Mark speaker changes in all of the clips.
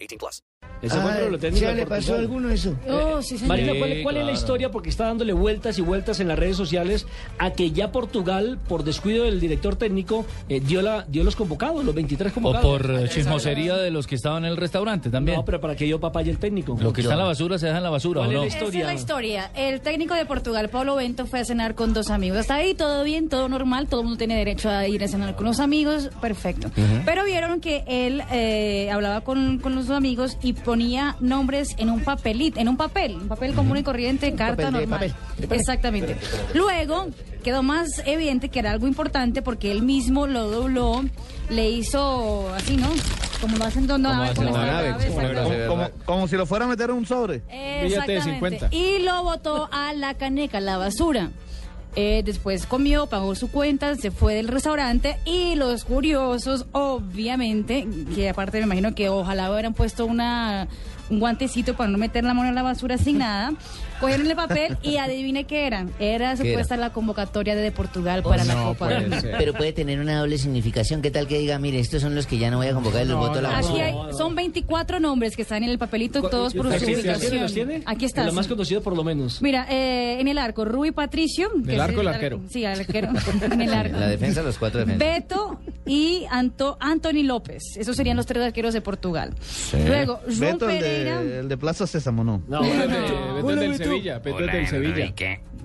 Speaker 1: 18 plus.
Speaker 2: Eso fue
Speaker 3: Ah,
Speaker 2: cuando lo tengo
Speaker 3: ¿Ya
Speaker 2: en
Speaker 3: le pasó
Speaker 2: Portugal.
Speaker 3: a alguno eso?
Speaker 4: Oh, sí, señor.
Speaker 2: Marina,
Speaker 5: Sí,
Speaker 2: ¿cuál, cuál es la
Speaker 5: claro.
Speaker 2: historia? Porque está dándole vueltas y vueltas en las redes sociales a que ya Portugal, por descuido del director técnico, eh, dio, la, dio los convocados, los 23
Speaker 5: O
Speaker 2: convocados.
Speaker 5: por eh, chismosería de los que estaban en el restaurante también.
Speaker 2: No, pero para que dio papaya el técnico.
Speaker 5: Lo que está en la basura se deja en la basura, ¿o
Speaker 2: ¿Cuál
Speaker 5: no?
Speaker 2: es la
Speaker 4: Esa es la historia. El técnico de Portugal, Pablo Bento, fue a cenar con dos amigos. Está ahí todo bien, todo normal, todo el mundo tiene derecho a ir a cenar con los amigos, perfecto. Pero vieron que él eh, hablaba con, con los amigos y ponía nombres en un papelito, en un papel, un papel común y corriente, carta
Speaker 3: papel de
Speaker 4: normal.
Speaker 3: papel, de papel.
Speaker 4: Exactamente. Luego quedó más evidente que era algo importante porque él mismo lo dobló, le hizo así, ¿no? Como lo hacen donde
Speaker 5: Como hacen
Speaker 4: esta
Speaker 5: Donabe,
Speaker 4: nave,
Speaker 5: como lo
Speaker 4: exacto.
Speaker 5: hacen
Speaker 6: Como, como- como si lo fuera a meter en un sobre.
Speaker 3: Eh,
Speaker 4: Exactamente. Y lo botó a la caneca, a la basura. Eh, después comió, pagó su cuenta, se fue del restaurante y los curiosos, obviamente, que aparte me imagino que ojalá hubieran puesto una, un guantecito para no meter la mano en la basura sin nada, cogieron el papel y adivine qué era. Era supuesta la convocatoria de Portugal para la Copa del Mundo.
Speaker 7: Pero puede tener una doble significación. ¿Qué tal que diga, mire, estos son los que ya no voy a convocar y los voto a la
Speaker 4: Aquí
Speaker 7: basura?
Speaker 4: hay, son 24 nombres que están en el papelito, todos por
Speaker 2: ¿Los
Speaker 4: su
Speaker 2: tiene? ¿Los tiene?
Speaker 4: ubicación.
Speaker 2: ¿Los tiene?
Speaker 4: Aquí está.
Speaker 2: Lo más
Speaker 4: sí.
Speaker 2: conocido por lo menos.
Speaker 4: Mira, eh, en el arco, Rui Patricio. que es
Speaker 5: arco, el arquero.
Speaker 4: Sí, el arquero. en el arco.
Speaker 7: La defensa, los cuatro defensas.
Speaker 4: Beto y Anto, Anthony López. Esos serían los tres arqueros de Portugal. Luego, João
Speaker 6: Beto, el
Speaker 4: Pereira.
Speaker 6: de, el de Plaza Sésamo, no.
Speaker 2: No,
Speaker 8: Vete del Sevilla, vete del Sevilla.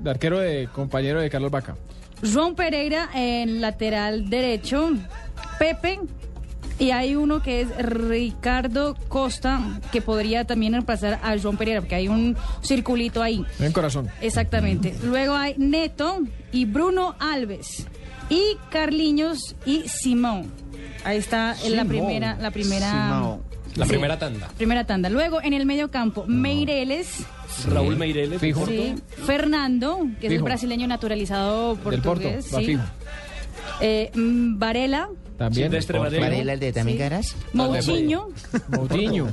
Speaker 8: De Arquero de compañero de Carlos Vaca.
Speaker 4: João Pereira en lateral derecho. Pepe. Y hay uno que es Ricardo Costa, que podría también reemplazar a João Pereira, porque hay un circulito ahí.
Speaker 8: En corazón.
Speaker 4: Exactamente. Luego hay Neto y Bruno Alves y Carliños y Simón. Ahí está la primera, la primera,
Speaker 6: Simao.
Speaker 4: la primera tanda. Primera tanda. Luego en el medio campo Meireles,
Speaker 2: Raúl Meireles.
Speaker 8: Fijo.
Speaker 4: sí, Fernando, que es
Speaker 8: Fijo.
Speaker 4: un brasileño naturalizado
Speaker 8: Del Porto.
Speaker 4: portugués,
Speaker 8: va
Speaker 4: sí.
Speaker 8: fijo.
Speaker 4: Eh, mm, Varela,
Speaker 8: También.
Speaker 9: este
Speaker 2: Silvestre Varela.
Speaker 7: Varela, el de también caras.
Speaker 4: Moutinho,
Speaker 8: Moutinho.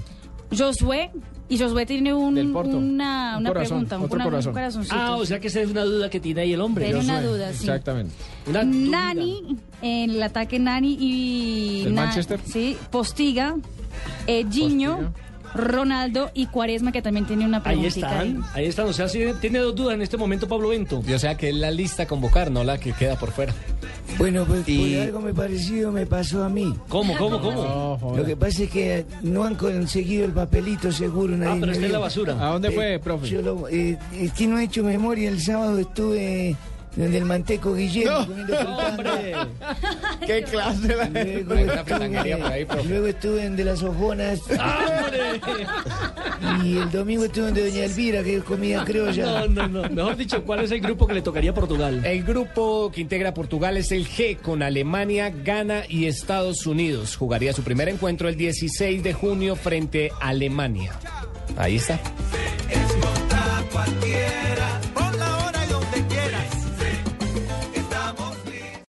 Speaker 4: Josué y Josué tiene un-
Speaker 8: Del Porto.
Speaker 4: una,
Speaker 8: Un
Speaker 4: una
Speaker 8: corazón,
Speaker 4: pregunta,
Speaker 8: otro
Speaker 4: una-
Speaker 8: corazón.
Speaker 4: un corazoncito.
Speaker 2: Ah, o sea que esa es una duda que tiene ahí el hombre.
Speaker 4: Tiene una
Speaker 2: Josué.
Speaker 4: duda, sí.
Speaker 8: Exactamente.
Speaker 2: Una duda.
Speaker 4: Nani, en el ataque Nani y...
Speaker 8: ¿Del
Speaker 4: Na-
Speaker 8: Manchester?
Speaker 4: Sí, Postiga, eh, Giño, Ronaldo y Cuaresma, que también tiene una
Speaker 2: Ahí
Speaker 4: preguntita.
Speaker 2: están, ahí están. O sea, sí, tiene dos dudas en este momento Pablo Bento.
Speaker 9: Y o sea que es la lista a convocar, no la que queda por fuera.
Speaker 3: Bueno, pues, pues
Speaker 7: Y-
Speaker 3: algo me parecido me pasó a mí.
Speaker 2: ¿Cómo, cómo, cómo? Ah,
Speaker 8: No,
Speaker 3: Lo que
Speaker 8: joder.
Speaker 3: pasa es que no han conseguido el papelito seguro.
Speaker 2: Ah,
Speaker 3: nadie
Speaker 2: pero
Speaker 3: me
Speaker 2: está en la
Speaker 3: dio.
Speaker 8: ¿A
Speaker 2: basura.
Speaker 8: dónde fue,
Speaker 3: Eh, yo
Speaker 8: profe?
Speaker 3: lo- eh, es que no he hecho memoria. El sábado estuve donde el manteco Guillermo. comiendo fritangas.
Speaker 2: ¡Hombre!
Speaker 6: ¿Qué clase la
Speaker 3: Luego
Speaker 9: Una fritanguería por ahí,
Speaker 3: estuve,
Speaker 9: profe.
Speaker 3: luego estuve en De las Ojonas
Speaker 2: ¡Hombre!
Speaker 3: y el domingo estuve en de Doña Elvira, que comía criolla.
Speaker 2: No, no, no. Mejor dicho, ¿cuál es el grupo que le tocaría a Portugal?
Speaker 9: El grupo que integra Portugal es el G con Alemania, Ghana y Estados Unidos. Jugaría su primer encuentro el 16 de junio frente a Alemania. Ahí está.